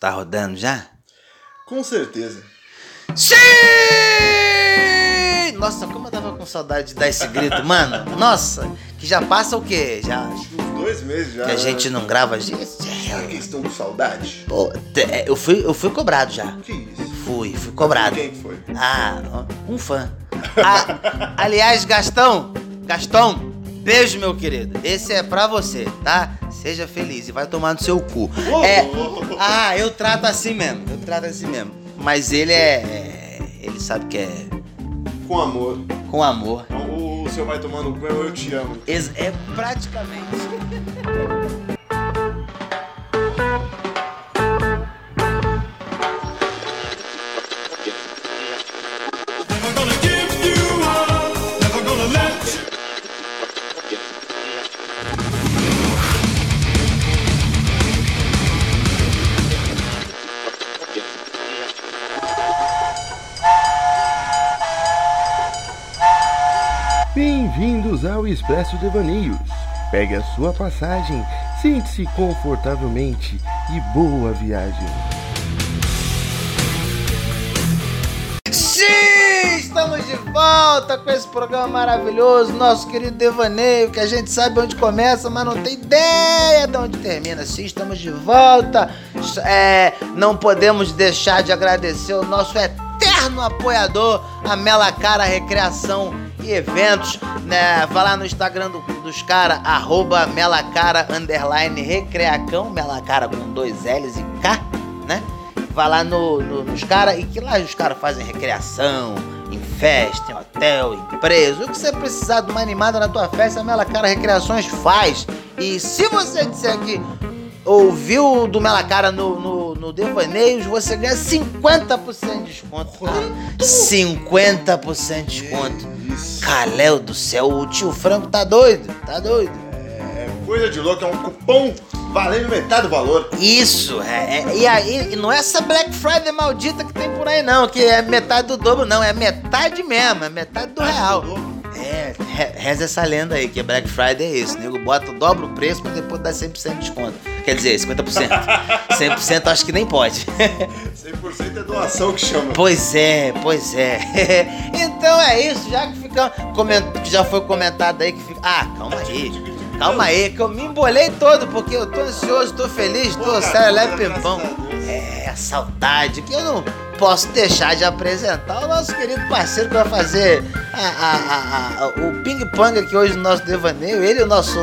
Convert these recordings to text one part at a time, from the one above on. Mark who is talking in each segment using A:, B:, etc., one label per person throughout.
A: Tá rodando já?
B: Com certeza.
A: Sim! Nossa, como eu tava com saudade de dar esse grito, mano. Nossa, que já passa o quê? Já
B: Acho que Tipo, uns dois meses já.
A: que a gente não grava, gente. é,
B: Será que eles estão com saudade?
A: Pô, te- é, eu fui, eu fui cobrado já.
B: Que é isso?
A: Fui, fui cobrado.
B: Quem que foi?
A: Ah, ó, um fã. Ah, aliás, Gastão, Gastão, beijo, meu querido. Esse é pra você, tá? Seja feliz e vai tomar no seu cu.
B: Uou!
A: É, ah, eu trato assim mesmo, eu trato assim mesmo. Mas ele é. é, Ele sabe que é
B: Com amor.
A: com amor.
B: Então, o, o seu vai tomando cu, eu te amo.
A: Ex- É praticamente.
C: Bem-vindos ao Expresso Devaneios. Pegue a sua passagem, sente-se confortavelmente e boa viagem.
A: Sim, estamos de volta com esse programa maravilhoso, nosso querido Devaneio, que a gente sabe onde começa, mas não tem ideia de onde termina. Sim, estamos de volta. É, não podemos deixar de agradecer o nosso eterno apoiador, a Mela Cara Recreação e Eventos. Né? Vai lá no Instagram do- dos caras, arroba Melacara underline Recreacão, Melacara com dois L's e K, né? vai lá no- no- nos caras e que lá os caras fazem recreação, em festa, em hotel, empresa, o que você precisar de uma animada na tua festa, a Mela Cara Recreações faz. E se você disser que ouviu do Mela Cara no, no, no Devaneios, você ganha 50% de desconto. tá? cara. 50% de desconto.
B: Isso.
A: Caléu do céu, o tio Franco tá doido, tá doido.
B: É coisa de louco, é um cupom valendo metade do valor.
A: Isso, é, é- e aí, e não é essa Black Friday maldita que tem por aí não, que é metade do dobro, não, é metade mesmo, é metade do real. É, re- reza essa lenda aí, que Black Friday é isso, nego bota, dobra o preço pra depois dar 100% de desconto. Quer dizer, 50%. 100% acho que nem pode.
B: 100% é doação que chama.
A: Pois é, pois é. então é isso, já que fica, coment- que já foi comentado aí que fica. Ah, calma aí. Calma aí, que eu me embolei todo, porque eu tô ansioso, tô feliz, tô
B: Pô,
A: sério,
B: cara,
A: leve pimpão.
B: graças a Deus.
A: É, a saudade que eu não posso deixar de apresentar o nosso querido parceiro que vai fazer a- a- a- a- o ping-pong aqui hoje no nosso devaneio, ele, o nosso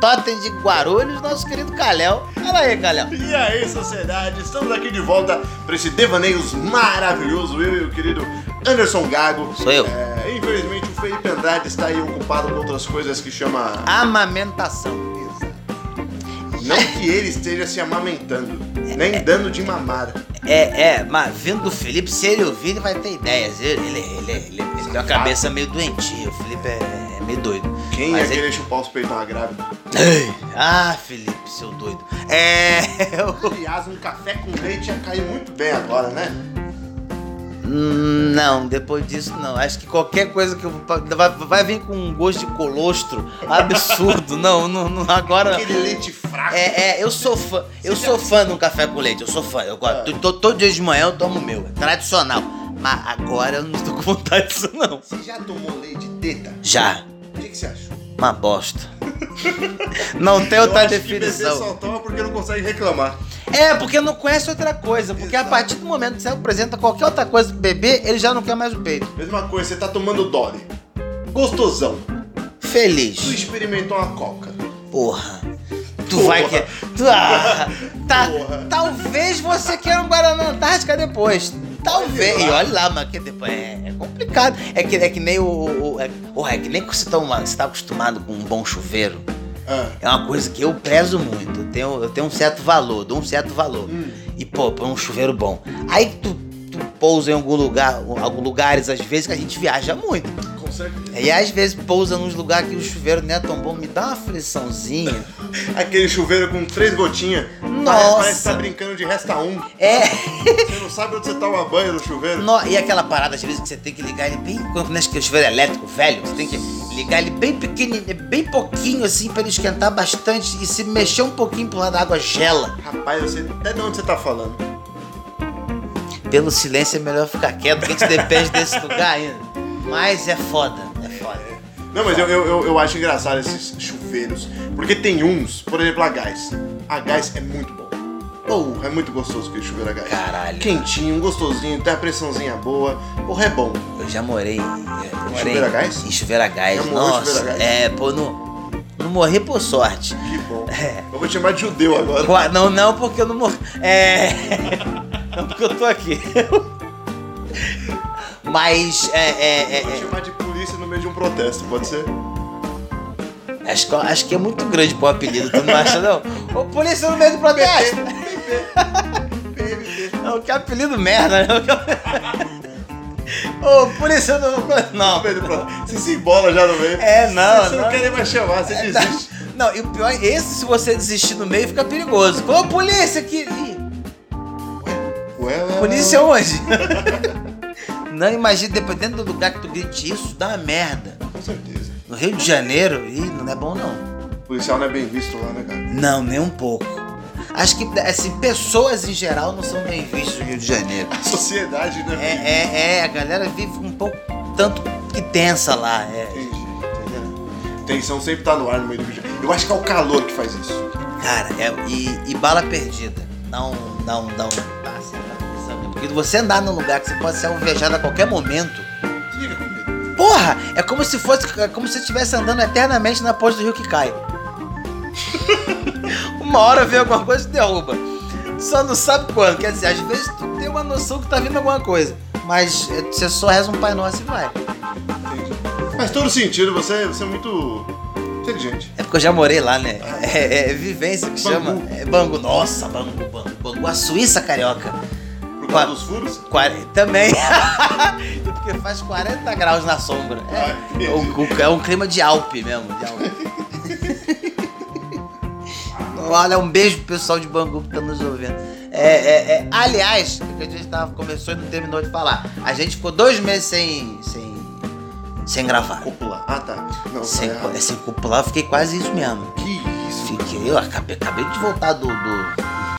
A: totem de Guarulhos, nosso querido Calhau. Fala aí, Calhau.
B: E aí, sociedade, estamos aqui de volta para esse devaneios maravilhoso. Eu e o querido Anderson Gago.
A: Sou eu.
B: É, infelizmente, o Felipe Andrade está aí ocupado com outras coisas que chama.
A: Amamentação.
B: Não que ele esteja se amamentando, nem dando de mamar.
A: É, é, mas vindo do Felipe, se ele ouvir, ele vai ter ideias. Ele, ele, ele, ele- ele tem uma cabeça meio doentia. O Felipe é, é meio doido.
B: Quem
A: Mas ele-
B: é querer chupar os peitos na grávida?
A: Ei, Ah, Felipe, seu doido. É. eu-
B: Aliás, um café com leite ia cair muito bem agora, né?
A: Hum, Não, depois disso não. Acho que qualquer coisa que eu. Vai, vai vir com um gosto de colostro absurdo. não, não, não, agora. não.
B: Aquele leite fraco.
A: É, é, eu sou fã, eu sou fã de um café com leite, eu sou fã, eu gosto.
B: É.
A: To- to- todo dia de manhã eu tomo o meu, é tradicional. Mas agora eu não tô com vontade disso, não.
B: Você já tomou leite teta?
A: Já,
B: O que, que você achou?
A: uma bosta. Não tem
B: Eu
A: outra
B: acho que bebê
A: definição.
B: só toma porque não consegue reclamar.
A: É, porque não conhece outra coisa. Porque a partir do momento que você apresenta qualquer outra coisa pro bebê, ele já não quer mais o peito.
B: Mesma coisa, você tá tomando Dolly. Gostosão. Tu
A: Feliz.
B: experimentou uma coca.
A: Porra. Tu
B: Porra.
A: vai que. Tu, ah, tá,
B: Porra.
A: talvez você queira um Guaraná Antártica depois. Talvez.
B: Olha
A: E
B: lá.
A: olha lá, mas que depois é, é complicado. É que, é que nem o. o- é, porra, é que nem que você, toma, você tá acostumado com um bom chuveiro.
B: Ah,
A: É uma coisa que eu prezo muito. Eu tenho, eu tenho um certo valor, dou um certo valor.
B: Hum.
A: E, pô, põe um chuveiro bom. Aí tu, tu pousa em algum lugar, em alguns lugares, às vezes, que a gente viaja muito.
B: com certeza.
A: E às vezes pousa nos lugares que o chuveiro não é tão bom, me dá uma afliçãozinha.
B: Aquele chuveiro com três gotinhas. Parece-
A: Nossa.
B: Parece que tá brincando de resta um.
A: É.
B: Você não sabe onde você toma banho no chuveiro.
A: né, No- e aquela parada, às vezes, que você tem que ligar ele bem. Quando não é que o chuveiro é elétrico, velho, você tem que ligar ele bem pequenininho, bem pouquinho assim, pra ele esquentar bastante e se mexer um pouquinho pro lado da água gela.
B: Rapaz, eu sei até de onde você tá falando.
A: Pelo silêncio é melhor ficar quieto, que a gente depende desse lugar ainda. Mas é foda, é foda.
B: Não, mas eu, eu, eu, eu acho engraçado esses chuveiros. Porque tem uns, por exemplo, a gás. A gás é muito bom. Porra, é muito gostoso aquele chuveiro a gás.
A: Caralho.
B: Quentinho, um gostosinho, tem a pressãozinha boa. Porra, é bom.
A: Eu já morei. Eu morei
B: chuveiro a gás?
A: Em chuveiro a gás.
B: Já morou em
A: Nossa,
B: chuveiro a gás?
A: é, pô, não, não morri por sorte.
B: Que bom.
A: É.
B: Eu vou te chamar de judeu agora.
A: Qua- Não, não, porque eu não morri. É. Não, porque eu tô aqui. Mas, é, é, é,
B: Vou te chamar de polícia no meio de um protesto, pode ser?
A: é, acho, que, acho que é muito grande pro apelido, tu não acha, não? Ô, polícia no meio do protesto! Não, que apelido merda, né? Ô, polícia no. Não.
B: No meio do protesto. Você se embola já no meio.
A: É, não,
B: Você não
A: não. É,
B: quer nem mais chamar, você desiste.
A: Não, e o pior é esse, se você desistir no meio, fica perigoso. Ô, polícia aqui! Ih,
B: Ué, ué, ué,
A: polícia onde? não, imagina, dependendo do lugar que tu grite isso, dá uma merda.
B: Com certeza.
A: No Rio de Janeiro, ih, não é bom não.
B: O policial não é bem visto lá, né, cara?
A: Não, nem um pouco. Acho que, assim, pessoas em geral não são bem vistas no Rio de Janeiro.
B: A sociedade, né?
A: É, é, é, a galera vive um pouco, tanto que tensa lá, é.
B: Entendi, entendi. Tensão sempre tá no ar no meio do vídeo. Eu acho que é o calor que faz isso.
A: Cara, é- e, e bala perdida. Não, não, não. passe, não. Porque você andar num lugar que você pode ser alvejado a qualquer momento.
B: Fica com medo.
A: Porra, é como se fosse, é como se você estivesse andando eternamente na ponte do rio que cai. uma hora vem alguma coisa e te derruba. Só não sabe quando. Quer dizer, às vezes tu tem uma noção que tá vindo alguma coisa. Mas é, você só reza um Pai Nosso e vai.
B: Entendi. Faz todo sentido, você, você é muito inteligente.
A: É porque eu já morei lá, né? É, é vivência que chama.
B: Bangu.
A: É Bangu. Nossa, Bangu, Bangu, Bangu. A Suíça carioca.
B: Por
A: Qua-
B: causa dos furos?
A: Quare- Também. E porque faz 40 graus na sombra.
B: Ah,
A: É,
B: entendi.
A: o- o- é um clima de Alpe mesmo. De Alpe. Olha, um beijo pro pessoal de Bangu que tá nos ouvindo. É, é, é, aliás, o que a gente tava, começou e não terminou de falar. A gente ficou dois meses sem. sem. sem gravar.
B: Cúpula. Ah, tá. Não,
A: Sem, é,
B: tá errado.
A: sem copular, eu fiquei quase isso mesmo.
B: Que isso?
A: Fiquei, eu acabei, acabei de voltar do, do,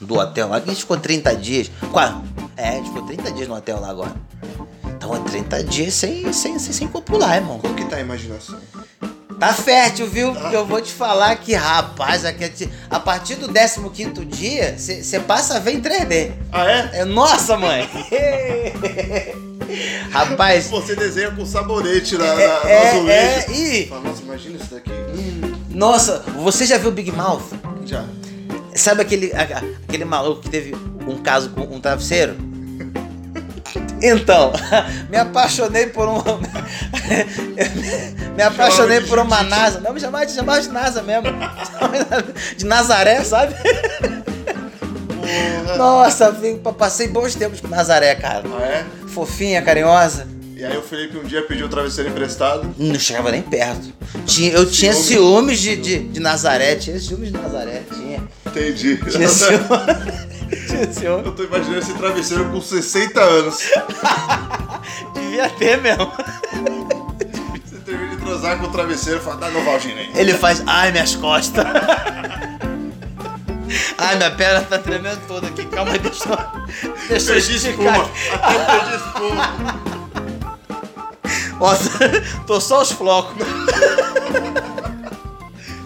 A: do hotel lá, que a gente ficou 30 dias. Qua- É, a gente ficou 30 dias no hotel lá agora. Então é 30 dias sem, sem, sem, sem copular, irmão.
B: Como que tá a imaginação?
A: Tá fértil, viu? Porque eu vou te falar que, rapaz, aqui, é ti- a partir do 15 dia, você passa a ver em 3D.
B: Ah, é?
A: É, nossa, mãe! rapaz,
B: Você desenha com saborete na, na, no
A: é, é,
B: azulejo.
A: e,
B: Fala, nossa, imagina isso daqui.
A: nossa, você já viu o Big Mouth?
B: Hum, já.
A: Sabe aquele, a- a- aquele maluco que teve um caso com um travesseiro? Então, me apaixonei por um. me apaixonei
B: de
A: por uma
B: Judite.
A: NASA. Não, me chamava de, chamava de NASA mesmo. De Nazaré, sabe?
B: Porra.
A: Nossa, vim- passei bons tempos com Nazaré, cara.
B: Ah, é?
A: Fofinha, carinhosa.
B: E aí o Felipe um dia pediu o travesseiro emprestado.
A: Não chegava nem perto. Tinha, eu tinha
B: Ciúme.
A: ciúmes de, de, de Nazaré. Tinha ciúmes de Nazaré. Tinha.
B: Entendi.
A: Tinha ciúmes. tinha ciúmes.
B: Eu tô imaginando esse travesseiro com 60 anos.
A: Devia ter mesmo.
B: Você termina de transar com o travesseiro e fala, dá no Valgina aí.
A: Ele faz, ai minhas costas. ai, minha perna tá tremendo toda aqui. Calma, aí, deixa eu. Deixa eu
B: Perdi espuma.
A: esticar. aqui.
B: Até perdi espuma.
A: Ó, tô só os flocos.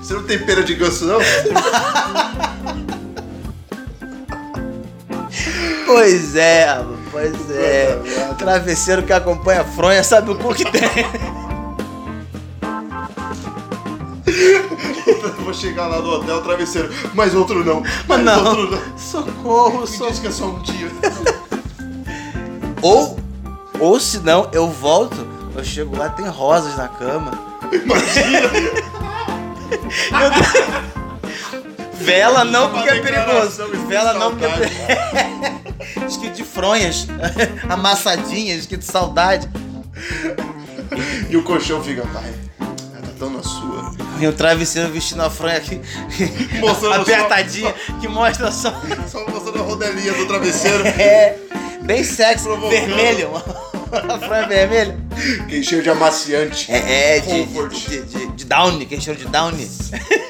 B: Você não tem pera de ganso, não?
A: Pois é, mano, pois é.
B: Puta merda.
A: Travesseiro que acompanha a fronha sabe o cu que tem.
B: Eu vou chegar lá no hotel, o travesseiro. Mas outro não. Mas outro não.
A: Não, socorro,
B: Me
A: socorro.
B: diz que é só um dia.
A: Ou, ou se não, eu volto, eu chego lá, tem rosas na cama. Vela não porque é
B: Uma declaração
A: perigoso. Vela não porque é
B: saudade.
A: perigoso. Escrito de fronhas, amassadinhas, escrito saudade.
B: E o colchão fica, pai, ela tá tão na sua.
A: E o um travesseiro vestindo a fronha aqui,
B: Mostrando
A: apertadinha, que mostra só.
B: Só mostrando a rodelinha do travesseiro.
A: É, bem sexy,
B: Provocando.
A: vermelho. A fronha é vermelha.
B: Que encheu de amaciante.
A: É, é de,
B: Comfort.
A: de, de, de Downy, que é cheiro de Downy.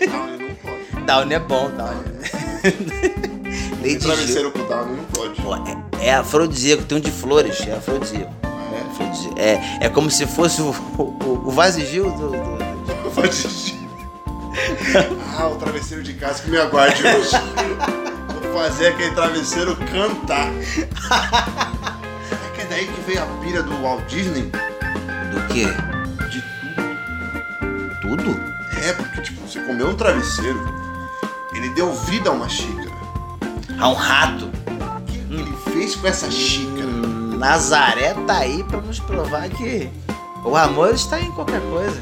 B: Não, ele não pode.
A: Downy é bom, Downy.
B: Tem
A: Leite de
B: travesseiro com Down, ele não pode.
A: Pô, É, é afrodisíaco, tem um de flores, é afrodisíaco. É, afrodisíaco. é, é como se fosse o, o, o vasigil do, do-
B: Ah, o travesseiro de casa que me aguarde hoje. Vou fazer aquele travesseiro cantar. Será que é daí que veio a pira do Walt Disney?
A: do quê?
B: De tudo.
A: Tudo?
B: É, porque tipo, você comeu um travesseiro, ele deu vida a uma xícara.
A: A um rato.
B: O que ele fez com essa xícara?
A: Hum, Nazaré tá aí pra nos provar que o amor está em qualquer coisa.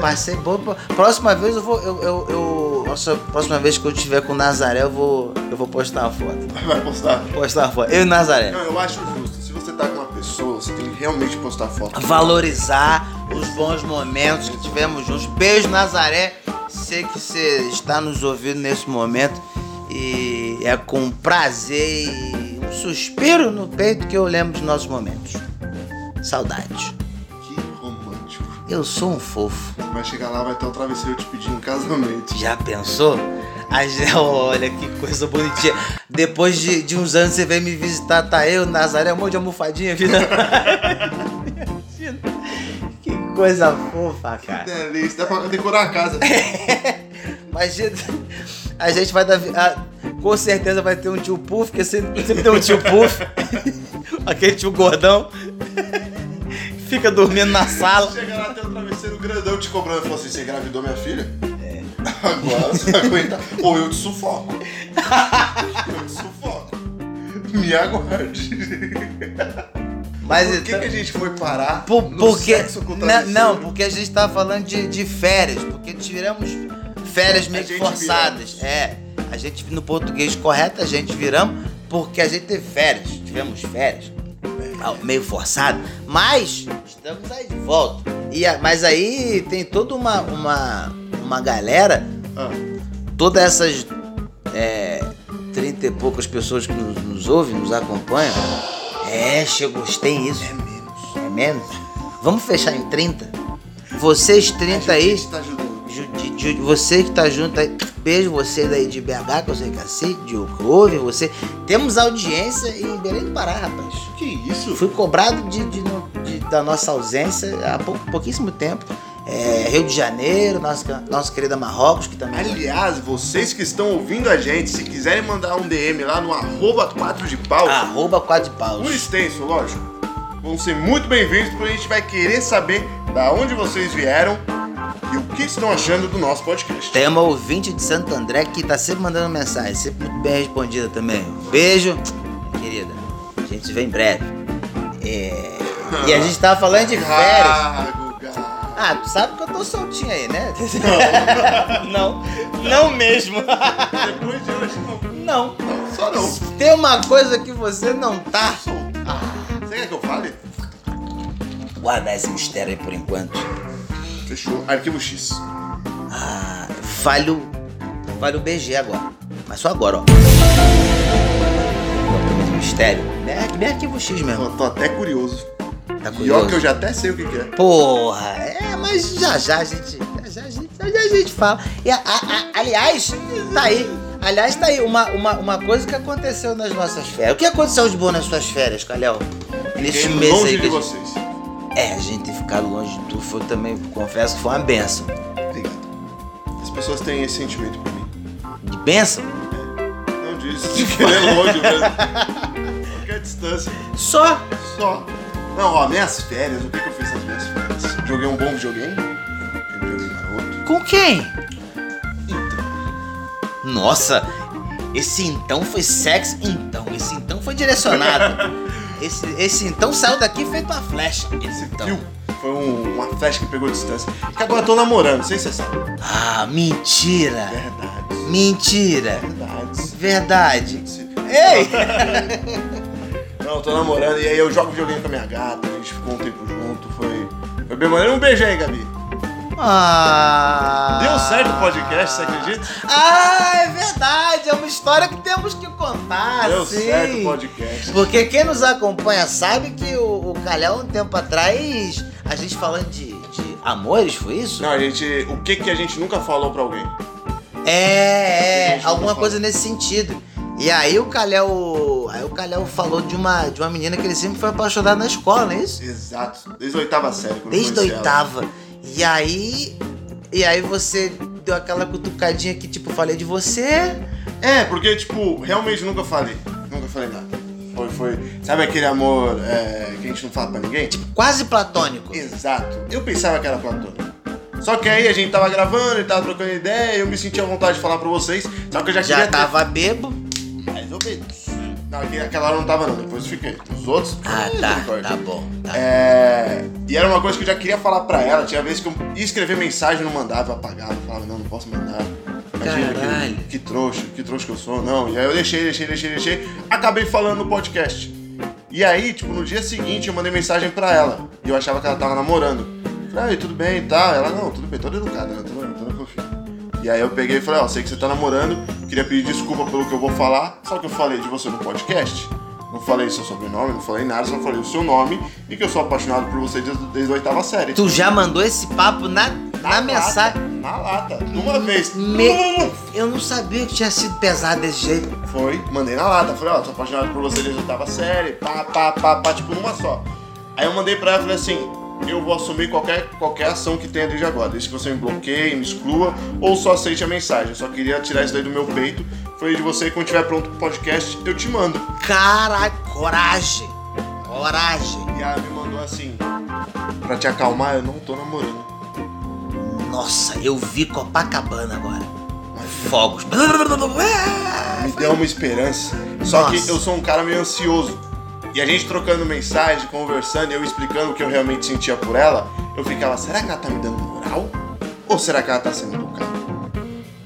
A: Passei bobo. Próxima vez eu vou. Eu, eu, eu- nossa, próxima vez que eu estiver com o Nazaré, eu vou. Eu vou postar uma foto.
B: Vai postar.
A: Postar uma foto. Eu e o Nazaré.
B: Não, eu acho justo. Se você tá com uma pessoa, você tem que realmente postar foto.
A: valorizar os bons momentos que tivemos juntos. Beijo, Nazaré. Sei que você está nos ouvindo nesse momento e é com prazer e um suspiro no peito que eu lembro de nossos momentos. Saudade.
B: Que romântico.
A: Eu sou um fofo.
B: Você vai chegar lá, vai ter o travesseiro te pedindo em casamento.
A: Já pensou? A gente- Olha que coisa bonitinha. Depois de, de uns anos você vem me visitar, tá eu, Nazaré, um monte de almofadinha, filha. Imagina. que coisa fofa, cara.
B: Delícia, É, dá pra decorar a casa.
A: É. Imagina, a gente vai dar. vi- a- com certeza vai ter um tio Puff, porque sempre, sempre tem um tio Puff. aquele tio gordão. Fica dormindo na sala.
B: Chega lá, tem um travesseiro grandão te cobrando. Falou assim: você engravidou minha filha? É. Agora você vai aguentar. Ou eu te sufoco. eu te sufoco. Me aguarde.
A: Mas
B: Por que,
A: então-
B: que a gente foi parar?
A: Por-
B: no
A: porque.
B: sexo com o
A: na- não,
B: travesseiro?
A: porque a gente tá falando de, de férias, porque tiramos férias meio
B: A
A: que
B: gente
A: forçadas. É. A gente, no português correto, a gente viramos porque a gente teve férias. Tivemos férias. Ah, Meio forçado. Mas estamos aí de volta. E, a- mas aí tem toda uma, uma, uma galera
B: Ah,
A: todas essas é, trinta e poucas pessoas que nos, nos ouvem, nos acompanham, é, chegou, tem isso. É menos. É menos? Vamos fechar em 30? Vocês 30
B: a
A: aí,
B: gente tá ajudando.
A: ju- de- de- você que tá junto aí, beijo você daí de BH, que eu sei que aceito, de ouve você. Temos audiência em Belém do Pará, rapaz.
B: Que isso?
A: Fui cobrado de, de não- de- da nossa ausência há pou- pouquíssimo tempo. É, Rio de Janeiro, nossa, nossa querida Marrocos, que também...
B: Aliás, vocês que estão ouvindo a gente, se quiserem mandar um DM lá no arroba 4 de pau,
A: Arroba quatro paus.
B: um extenso, lógico, vão ser muito bem-vindos, porque a gente vai querer saber da onde vocês vieram e o que estão achando do nosso podcast.
A: Tem uma ouvinte de Santo André que tá sempre mandando mensagem, sempre muito bem respondida também. Beijo, querida. A gente se vê em breve. É, E a gente tava falando de férias.
B: Gago, gago.
A: Ah, tu sabe que eu tô soltinho aí, né? Não. não, mesmo.
B: Ah, Depois de hoje, não.
A: Não.
B: Só não.
A: Tem uma coisa que você não tá.
B: Você quer que eu fale?
A: Guardar esse mistério aí por enquanto.
B: Fechou. Arquivo X.
A: Ah, vale o. Vale o BG agora. Mas só agora, ó. Mistério. É, bem arquivo X mesmo.
B: Eu tô até curioso.
A: Tá
B: E ó, que
A: curioso?
B: eu já até sei o que que é.
A: Porra, é, mas já já a gente, já já a gente, já já a gente fala. E a- a- a- aliás, tá aí, aliás, tá aí uma, uma, uma coisa que aconteceu nas nossas férias. O que aconteceu de bom nas suas férias, Calhau? Nesse
B: Fiquei
A: mês
B: longe
A: aí que
B: de
A: a gente...
B: vocês.
A: É, a gente ter ficado longe de tu foi também, confesso que foi uma benção.
B: Obrigado. As pessoas têm esse sentimento por mim.
A: De benção?
B: Não disso, de querer é longe mesmo. Qualquer distância,
A: Só.
B: só. Não, ó, minhas férias, o que, que eu fiz nas minhas férias? Joguei um bom videogame? Joguei um videogame maroto.
A: Com quem?
B: Então,
A: Nossa, esse então foi sexo, então, esse então foi direcionado. Esse, esse então saiu daqui feito uma flecha. Esse então.
B: viu? Foi um- uma flecha que pegou distância. Que agora eu tô namorando, não sei se você sabe.
A: Ah, mentira!
B: Verdades.
A: Mentira!
B: Verdades.
A: Verdade! Ei!
B: Ei! Não, eu tô namorando e aí eu jogo videogame com a minha gata, a gente ficou um tempo junto, foi. Foi bem maneiro. Um beijo aí, Gabi.
A: Ah.
B: Deu certo o podcast, você acredita?
A: Ah, é verdade. É uma história que temos que contar.
B: Deu
A: Ah, sim.
B: certo o podcast.
A: Porque quem nos acompanha sabe que o, o Calhau, um tempo atrás, a gente falando de, de amores, foi isso?
B: Não, a gente. O que que a gente nunca falou pra alguém?
A: É,
B: A
A: é,
B: gente
A: alguma
B: nunca
A: coisa nesse sentido. E aí o Calhau. Aí o Calhau falou de uma, de uma menina que ele sempre foi apaixonado na escola, não é isso?
B: Exato. Desde a oitava série. quando eu
A: Desde a
B: conheci ela.
A: oitava. E aí. E aí você deu aquela cutucadinha que, tipo, falei de você.
B: É, porque, tipo, realmente nunca falei. Nunca falei nada. Foi, foi. Sabe aquele amor é, que a gente não fala pra ninguém?
A: Tipo, quase platônico.
B: Exato. Eu pensava que era platônico. Só que aí a gente tava gravando, ele tava trocando ideia, eu me sentia à vontade de falar pra vocês. Só que eu já queria
A: Já
B: ter-
A: tava bebo.
B: Mais ou menos. Não, aqui- aquela hora não tava não, depois eu fiquei. Os outros.
A: Ah,
B: eu não
A: tá.
B: concordo.
A: Tá bom. Tá.
B: É, e era uma coisa que eu já queria falar pra ela. Tinha vezes que eu ia escrever mensagem, não mandava, eu apagava, eu falava, não, não posso mandar. Imagina,
A: Caralho.
B: Que, que trouxa, que trouxa que eu sou, não. E aí eu deixei, deixei, deixei, deixei. Acabei falando no podcast. E aí, tipo, no dia seguinte eu mandei mensagem pra ela. E eu achava que ela tava namorando. Falei, ah, e tudo bem e tal. Ela, não, tudo bem, toda educada, né? Toda, toda fofinha. E aí eu peguei e falei, ó, sei que você tá namorando, queria pedir desculpa pelo que eu vou falar, só que eu falei de você no podcast. Não falei seu sobrenome, não falei nada, só falei o seu nome e que eu sou apaixonado por você desde, desde a oitava série.
A: Tu já mandou esse papo na, na
B: lata,
A: mensagem.
B: Na lata, de uma vez.
A: Me- Eu não sabia que tinha sido pesado desse jeito.
B: Foi, mandei na lata. Falei, ó, sou apaixonado por você desde a oitava série, pá, pá, pá, pá, tipo numa só. Aí eu mandei pra ela e falei assim: eu vou assumir qualquer, qualquer ação que tenha desde agora, desde que você me bloqueie, me exclua ou só aceite a mensagem. Eu só queria tirar isso daí do meu peito. Falei de você e quando tiver pronto pro podcast, eu te mando.
A: Cara, coragem. Coragem.
B: E ela me mandou assim: pra te acalmar, eu não tô namorando.
A: Nossa, eu vi Copacabana agora.
B: Mas
A: Fogos.
B: me deu uma esperança. Só
A: Nossa.
B: que eu sou um cara meio ansioso. E a gente trocando mensagem, conversando, e eu explicando o que eu realmente sentia por ela, eu ficava, será que ela tá me dando moral? Ou será que ela tá sendo educada?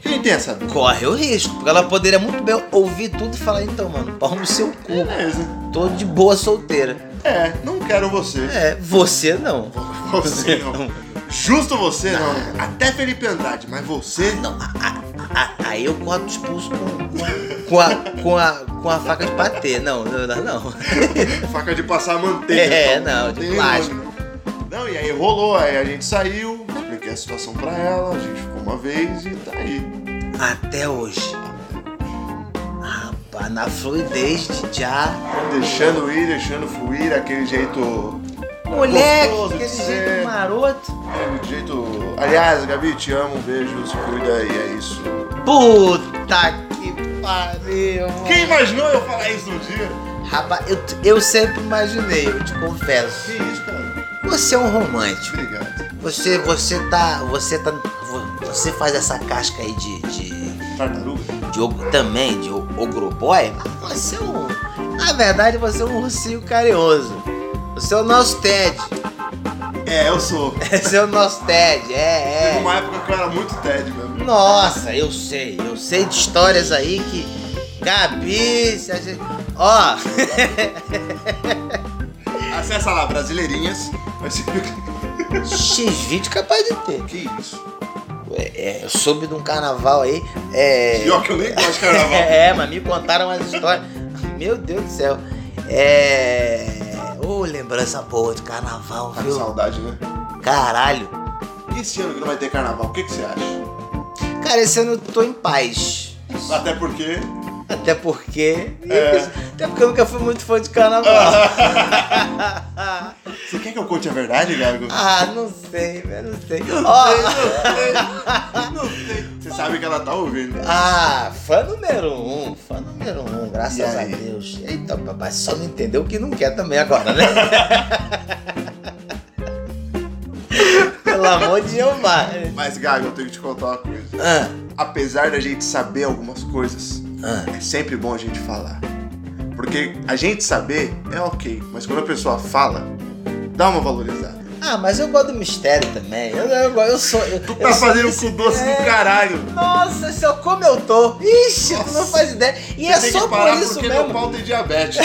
B: Quem tem essa dúvida?
A: Corre o risco, porque ela poderia muito bem ouvir tudo e falar, então, mano, pau no seu cu.
B: Beleza.
A: Tô de boa solteira.
B: É, não quero você.
A: É, você não.
B: Você não. Justo você não. Até Felipe Andrade, mas você.
A: Não, a- a- a- aí eu corto os pulsos com, com, a, com, a, com a faca de patê. Não, não, não. não.
B: Faca de passar manteiga.
A: É,
B: então.
A: não, de
B: Tem
A: plástico.
B: nome. Não, e aí rolou, aí a gente saiu, expliquei a situação pra ela, a gente ficou uma vez e tá aí.
A: Até hoje. Rapaz, na fluidez de já.
B: Deixando ir, deixando fluir, aquele jeito.
A: Moleque,
B: É gostoso de
A: aquele
B: ser,
A: jeito maroto.
B: aquele jeito. Aliás, Gabi, te amo, um beijo, se cuida e é isso.
A: Puta que pariu. mano.
B: Quem imaginou eu falar isso um dia?
A: Rapaz, eu, eu sempre imaginei, eu te confesso.
B: Que isso, cara?
A: Você é um romântico.
B: Obrigado.
A: Você, você tá, você tá, vo- você faz essa casca aí de, de,
B: Tartaruga?
A: de ogro- também, de o- ogro boy. mas Você é um, na verdade você é um ursinho carinhoso. Você é o nosso Ted.
B: É, eu sou.
A: Você é o nosso Ted,
B: Teve
A: é, é.
B: uma época que eu era muito Ted mesmo.
A: Nossa, eu sei, eu sei de histórias aí que Gabi, se a gente, ó,
B: Acessa lá, brasileirinhas. Vai ser-
A: X-Vídeo capaz de ter.
B: Que isso?
A: É, eu soube de um carnaval aí. É.
B: Pior que eu nem gosto de carnaval.
A: é, mas me contaram umas histórias. Meu Deus do céu. É. Ô, lembrança boa de carnaval,
B: Tá com
A: viu?
B: saudade, né?
A: Caralho.
B: E esse ano que não vai ter carnaval, o que, que você acha?
A: Cara, esse ano eu tô em paz.
B: Até porque.
A: Até porque.
B: É.
A: Até porque eu nunca fui muito fã de carnaval.
B: Você quer que eu conte a verdade, Gago?
A: ah, não sei, velho, não sei.
B: Não sei,
A: Ó.
B: não sei, não sei. Você sabe que ela tá ouvindo.
A: Ah, fã número um, fã número um,
B: E
A: graças a
B: aí?
A: Deus. Eita, papai, só não entendeu o que não quer também agora, né? Pelo amor de Jeová.
B: Mas, Gago, eu tenho que te contar uma coisa.
A: Ah,
B: Apesar da gente saber algumas coisas,
A: ah,
B: é sempre bom a gente falar. Porque a gente saber é ok, mas quando a pessoa fala, dá uma valorizada.
A: Ah, mas eu gosto do mistério também. Eu, eu, gosto- eu sou. Eu,
B: Tu
A: eu
B: tá
A: sou
B: fazendo
A: desse-
B: com doce
A: É.
B: do caralho.
A: Nossa, só como eu tô. Ixi, tu não
B: Nossa.
A: faz ideia. E é
B: Você tem
A: só
B: que
A: por
B: parar
A: isso
B: porque
A: mesmo.
B: meu pau tem diabetes.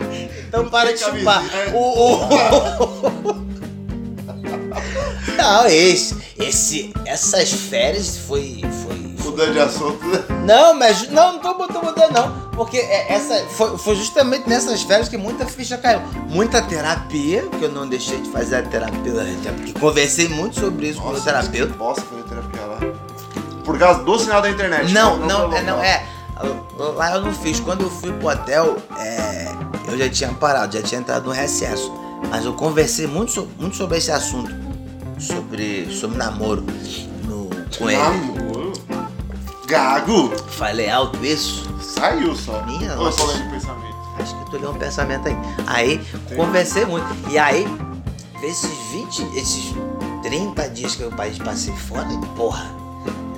B: Então,
A: Então para de
B: tem
A: chupar.
B: camisinha, é.
A: O, o- Não, esse, esse, essas férias foi, foi,
B: Mudando de assunto, né?
A: Não, mas não, não tô botando mudando não, porque é- essa foi, foi justamente nessas férias que muita ficha caiu, muita terapia, que eu não deixei de fazer a terapia, e conversei muito sobre isso com o meu terapeuta.
B: que bosta fazer terapia lá. Por causa do sinal da internet.
A: Não,
B: pelo
A: não, é, não,
B: local.
A: é. Lá eu não fiz. Quando eu fui pro hotel, é, eu já tinha parado, já tinha entrado no recesso. Mas eu conversei muito, so- muito sobre esse assunto. Sobre, sobre namoro. No, com ele.
B: Namoro. Gago.
A: Falei alto isso?
B: Saiu só.
A: Minha
B: Ou eu só
A: nossa.
B: lembro de pensamento.
A: Acho que tu leu um pensamento aí. Aí, conversei muito. E aí, esses 20, esses 30 dias que eu passei fora, porra,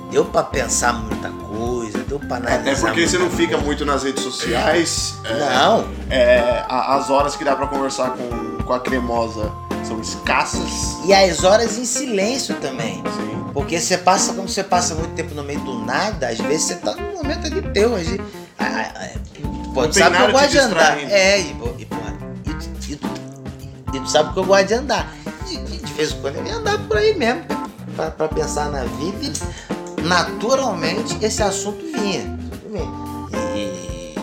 A: deu pra pensar muita coisa, deu pra analisar.
B: É porque você
A: muita
B: não fica
A: coisa.
B: muito nas redes sociais. é,
A: Não.
B: é, a- as horas que dá pra conversar com, com a cremosa são escassas.
A: E as horas em silêncio também.
B: Sim.
A: Porque você passa, como você passa muito tempo no meio do nada, às vezes você tá num momento ali teu. Às vezes, ah, ah, ah, pô,
B: Não
A: tu sabe
B: tem
A: que eu
B: nada
A: gosto
B: te
A: de andar.
B: distraindo.
A: É, e, pô, e, porra, e, tu- e tu- e tu sabe que eu gosto de andar. De, de- de vez em quando eu ia andar por aí mesmo, pra, pra pensar na vida. e Naturalmente, esse assunto vinha. vinha. E,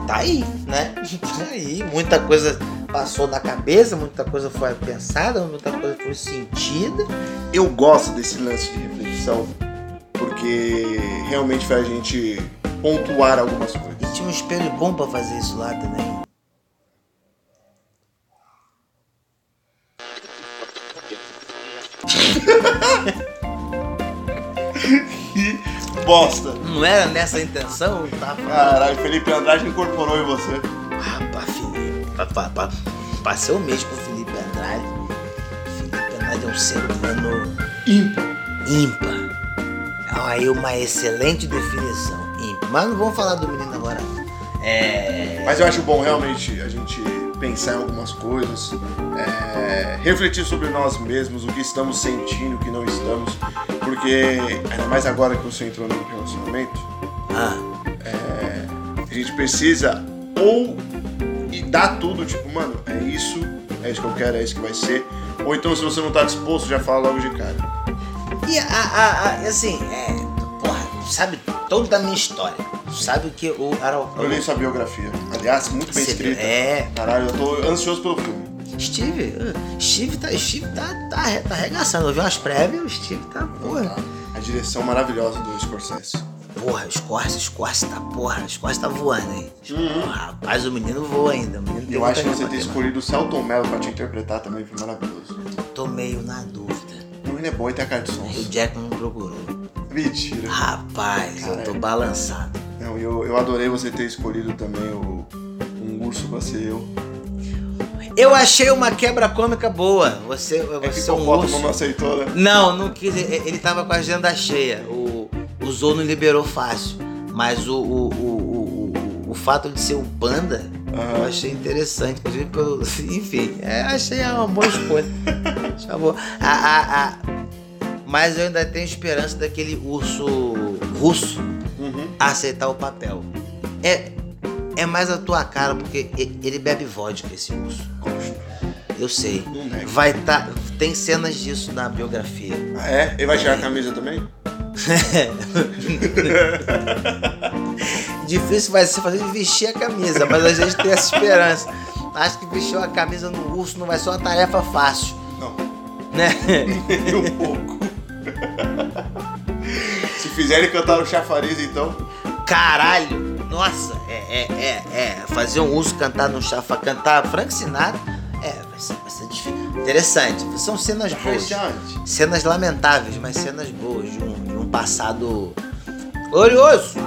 A: e tá aí, né? Tá aí. Muita coisa passou na cabeça, muita coisa foi pensada, muita coisa foi sentida.
B: Eu gosto desse lance de reflexão porque realmente faz a gente pontuar algumas
A: E
B: coisas.
A: tinha um espelho bom pra fazer isso lá também.
B: Que bosta!
A: Não era nessa intenção? eu Tava falando.
B: Caralho, Felipe Andrade incorporou em você.
A: Rapaz, Felipe. pa- pa- pa- Passei um mês com o Felipe Andrade. Felipe Andrade é um ser humano
B: Ímpar.
A: ímpar. Aí é uma excelente definição. Ímpar. Mas não vamos falar do menino agora. É.
B: Mas eu acho bom realmente a gente pensar em algumas coisas, é, refletir sobre nós mesmos, o que estamos sentindo, o que não estamos, porque ainda mais agora que você entrou no relacionamento,
A: Ah,
B: a gente precisa ou e dar tudo, tipo, mano, é isso, é isso que eu quero, é isso que vai ser. Ou então, se você não tá disposto, já fala logo de cara.
A: e a, a- a- assim, é. Porra, tu sabe toda a minha história. Tu sabe que o Arauco.
B: Eu li sua biografia, aliás, muito bem escrita.
A: É,
B: Caralho, eu tô ansioso pelo filme.
A: Steve, uh, Steve tá, Steve tá, tá, arre- tá arregaçando. Eu vi umas prévias, o Steve tá, porra.
B: A direção maravilhosa do Scorsese.
A: Porra, os Scorsese, os Scorsese tá, porra, os Scorsese tá voando, hein? Porra, Rapaz, o menino voa ainda. O menino tem
B: Eu acho que
A: muita
B: você ter
A: grana
B: escolhido o Celton Mello pra te interpretar também foi maravilhoso.
A: pra ter. Tô meio na dúvida.
B: O menino é bom e tem a cara de
A: E o
B: sons.
A: Jackman me procurou.
B: Mentira.
A: Rapaz, eu tô
B: Caralho.
A: balançado.
B: Não, eu, eu adorei você ter escolhido também o, um urso pra ser eu.
A: Eu achei uma quebra cômica boa. Você,
B: É que
A: você é um
B: Hipopótamo
A: urso.
B: não aceitou, né?
A: Não, não quis. e- Ele tava com a agenda cheia. O, o Zou não liberou fácil. Mas o, o, o, o, o, o fato de ser um panda,
B: Aham.
A: eu achei interessante. Inclusive pelo. Enfim, é, achei uma boa escolha. Chamou. A, a, a- Mas eu ainda tenho esperança daquele urso russo
B: Uhum.
A: aceitar o papel. É, é mais a tua cara, porque e- ele bebe vodka, esse urso. Eu sei.
B: Não nega.
A: Vai tá. Tem cenas disso na biografia.
B: Ah, é? Ele vai tirar a camisa também?
A: É. Difícil vai ser fazer vestir a camisa, mas a gente tem essa esperança. Acho que vestir uma camisa no urso não vai ser uma tarefa fácil,
B: Não,
A: né?
B: nem um pouco. Se fizerem cantar o chafariz, então.
A: Caralho! Nossa, é, é, é, é. Fazer um urso cantar no chafá, cantar Frank Sinatra, é, vai ser, vai ser difícil. Interessante. São cenas boas.
B: Fechante.
A: Cenas lamentáveis, mas cenas boas de um, de um passado glorioso.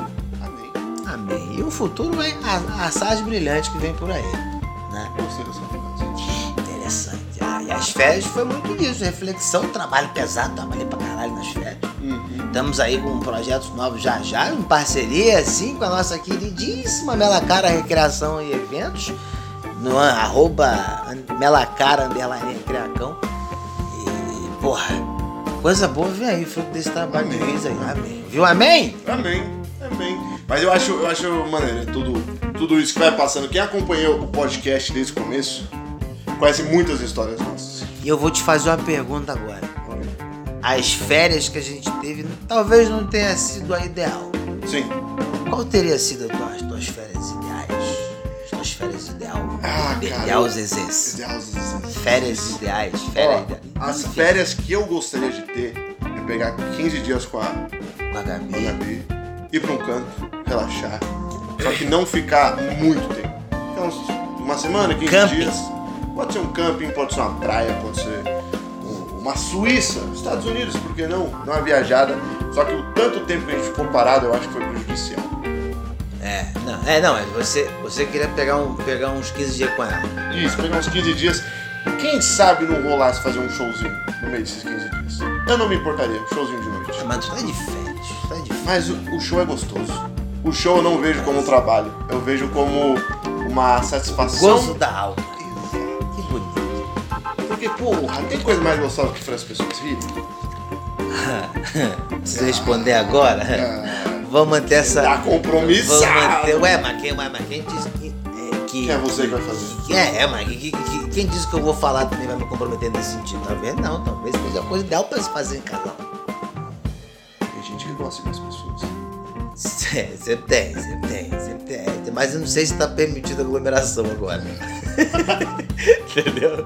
B: Amém.
A: Amém. E o futuro é a- assaz brilhante que vem por aí, né?
B: Gostei dessa frase.
A: Interessante. Ah, e as férias foi muito isso, reflexão, trabalho pesado, trabalhei pra caralho nas férias.
B: Uhum.
A: Estamos aí com projetos novos já já, em parceria, assim, com a nossa queridíssima Melacara Recreação e Eventos, no an- arroba an- Melacara Underline Recreacão. E, porra, coisa boa vem aí, fruto desse trabalho que
B: Amém.
A: fez aí. Amém. Viu? Amém?
B: Amém, amém. Mas eu acho, eu acho maneiro, é tudo, tudo isso que vai passando. Quem acompanhou o podcast desde o começo conhece muitas histórias nossas.
A: E eu vou te fazer uma pergunta agora. as férias que a gente teve talvez não tenha sido a ideal.
B: Sim.
A: Qual teria sido as tuas, tuas férias ideais? As tuas férias ideal?
B: Ah, cara.
A: ideal Zezés. Férias ideais. Férias ideais.
B: Ó, As férias que eu gostaria de ter é pegar 15 dias com a
A: Com a Gabi.
B: com a Gabi, ir pra um canto, relaxar. Só que não ficar muito tempo. Então, uma semana, 15
A: Camping.
B: dias. Pode ser um camping, pode ser uma praia, pode ser um- uma Suíça, Estados Unidos, por que não? Dar uma viajada. Só que o tanto tempo que a gente ficou parado, eu acho que foi prejudicial.
A: É, não, é, não, é, você, você queria pegar, um, pegar uns 15 dias com ela.
B: Isso, pegar uns 15 dias. Quem sabe não rolasse fazer um showzinho no meio desses 15 dias? Eu não me importaria, um showzinho de noite.
A: Ah, Mas tu tá de férias, tu tá de férias.
B: Mas o, o show é gostoso. O show eu não vejo como um trabalho. Eu vejo como uma satisfação.
A: Gozo da alma. Que bonito.
B: Porque, porra, tem coisa mais gostosa que fazer as pessoas rirem?
A: Precisa responder agora? Vamos manter essa.
B: Ah. Tá compromissado.
A: Vamos manter. Ué, mas quem, ué, mas quem disse que. é, que-
B: Quem é você que vai fazer?
A: que- é, é, mas que- que- que- quem disse que eu vou falar também vai me comprometer nesse sentido? Talvez não, talvez seja a coisa ideal pra se fazer em casal.
B: Tem gente que gosta das pessoas.
A: É, Sempre tem, sempre tem, sempre tem. Mas eu não sei se tá permitida aglomeração agora. Entendeu?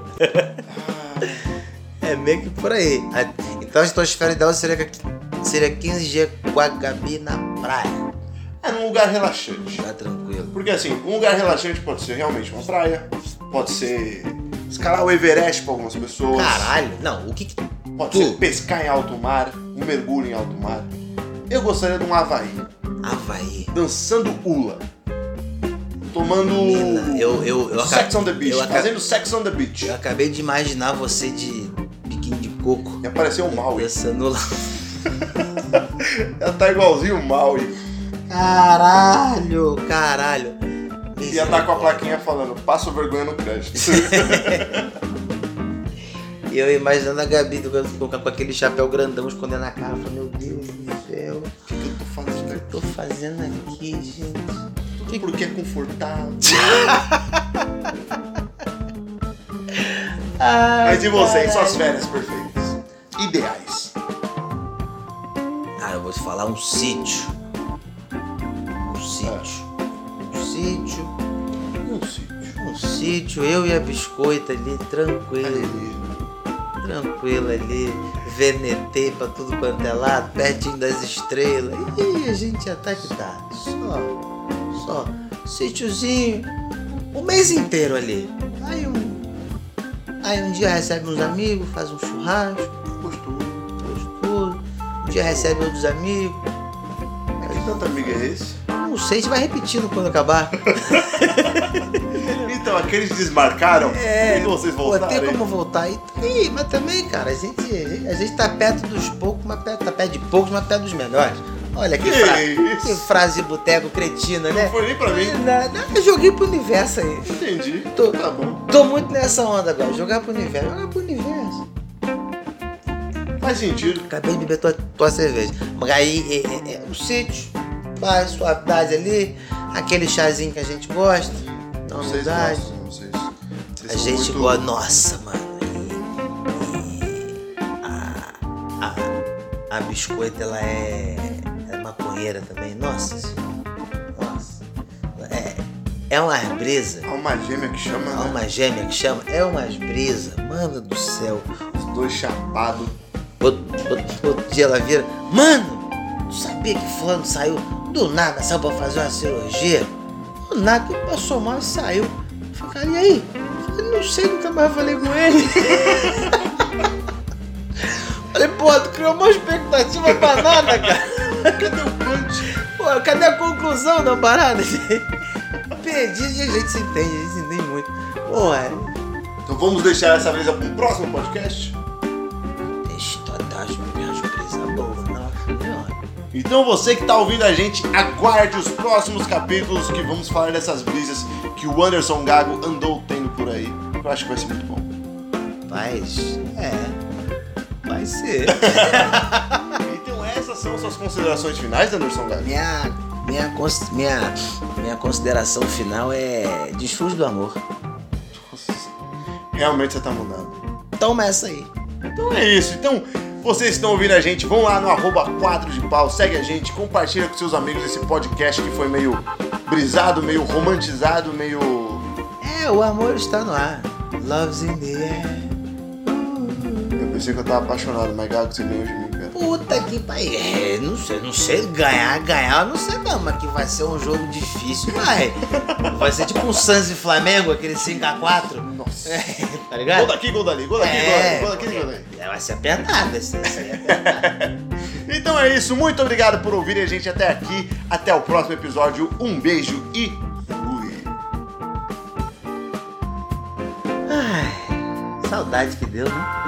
A: É meio que por aí. A- Então as tuas férias ideal seria, que- seria 15 dias com a Gabi na praia.
B: É num lugar relaxante.
A: Tá tranquilo.
B: Porque assim, um lugar relaxante pode ser realmente uma praia, pode ser escalar o Everest pra algumas pessoas.
A: Caralho, não, o que que.
B: Pode
A: Tu.
B: ser pescar em alto mar, um mergulho em alto mar. Eu gostaria de um Havaí,
A: Havaí.
B: dançando hula, tomando
A: Menina, eu- eu- eu
B: sex
A: aca-
B: on the beach,
A: eu aca-
B: fazendo sex on the beach.
A: Eu acabei de imaginar você de biquíni de coco
B: E apareceu o Maui.
A: dançando lá.
B: Ela tá igualzinho o Maui.
A: Caralho, caralho.
B: E ela tá com a plaquinha falando, passa vergonha no é crédito.
A: E eu imaginando a Gabi do colocar com aquele chapéu grandão escondendo a cara, falando, meu Deus do céu,
B: O que, que eu tô fazendo aqui?
A: tô fazendo aqui, gente?
B: Tudo porque é confortável.
A: Ah,
B: Mas e você, em suas férias perfeitas? Ideais.
A: Cara, eu vou te falar um sítio. Um sítio.
B: Ah.
A: Um sítio.
B: Um sítio.
A: Um sítio, eu e a biscoita ali, tranquilo, tranquilo ali. Venetei pra tudo quanto é lado, pertinho das estrelas. Ih, a gente já tá que tá. Só, só. Sítiozinho, o mês inteiro ali. Aí um. Aí um dia recebe uns amigos, faz um churrasco,
B: Gostoso.
A: gostoso. Um dia recebe outros amigos.
B: Que tanto amigo é esse?
A: Não sei se vai repetindo quando acabar.
B: Então, aqueles desmarcaram e vocês
A: É. Pô,
B: voltaram.
A: tem como voltar. E, e- mas também, cara, a gente, a gente tá perto dos poucos, mas perto, tá perto de poucos, mas perto dos melhores. Olha que,
B: Que
A: fra-
B: isso?
A: que frase boteco cretina, né?
B: Não foi nem pra mim.
A: Não, não, eu joguei pro universo aí.
B: Entendi.
A: Tô-
B: Tá bom.
A: Tô muito nessa onda agora, jogar pro universo. Jogar pro universo.
B: Faz sentido.
A: Acabei de beber tua, tua cerveja. Mas Aí é, é- é o sítio, faz suavidade ali, aquele chazinho que a gente gosta. Na
B: Vocês
A: humildade.
B: gostam, vocês. vocês
A: A
B: são
A: gente
B: muito-
A: boa, nossa, mano. E, e a, a, a biscoita, ela é, é maconheira também. Nossa senhora. Nossa. É, é uma brisa.
B: Há uma gêmea que chama,
A: É
B: né?
A: uma gêmea que chama. É uma brisa. Mano do céu.
B: Os dois chapados.
A: Outro, outro- outro dia ela vira. Mano, tu sabia que fulano saiu do nada, saiu pra fazer uma cirurgia? Do nada, que passou mal e saiu. Eu falei, cara, e aí? Eu falei, não sei, nunca mais falei com ele. falei, porra, tu criou uma expectativa pra nada, cara.
B: Cadê o um punch?
A: Pô, cadê a conclusão da parada? Perdi, a gente se entende, a gente se entende muito. é. Porra,
B: Então vamos deixar essa brisa para um próximo podcast?
A: deixa eu dar as minhas presas boas, não.
B: Então você que tá ouvindo a gente, aguarde os próximos capítulos que vamos falar dessas brisas que o Anderson Gago andou tendo por aí. Eu acho que vai ser muito bom.
A: Rapaz, é. Vai ser.
B: Então essas são suas considerações finais, Anderson Gago?
A: minha, minha, cons- minha, minha consideração final é desfrute do amor.
B: Nossa, Realmente você tá mudando.
A: Toma essa aí.
B: Então é isso. Então Vocês estão ouvindo a gente, vão lá no arroba quadro de pau, segue a gente, compartilha com seus amigos esse podcast que foi meio brisado, meio romantizado, meio.
A: É, o amor está no ar. Love's in the air.
B: Eu pensei que eu tava apaixonado, mas gago que você ganhou de mim, cara.
A: Puta que pariu. É, não sei, não sei ganhar, ganhar, eu não sei não, mas que vai ser um jogo difícil, vai. Vai ser tipo um Suns e Flamengo, aquele 5x4.
B: Nossa.
A: tá
B: Gol
A: ligado?
B: daqui, gol dali, gol daqui, gol dali, gol daqui, gol dali.
A: é, vai ser apertado esse. esse aí é apertado.
B: Então é isso, muito obrigado por ouvirem a gente até aqui. Até o próximo episódio. Um beijo e fui!
A: Ai, saudade que deu, né?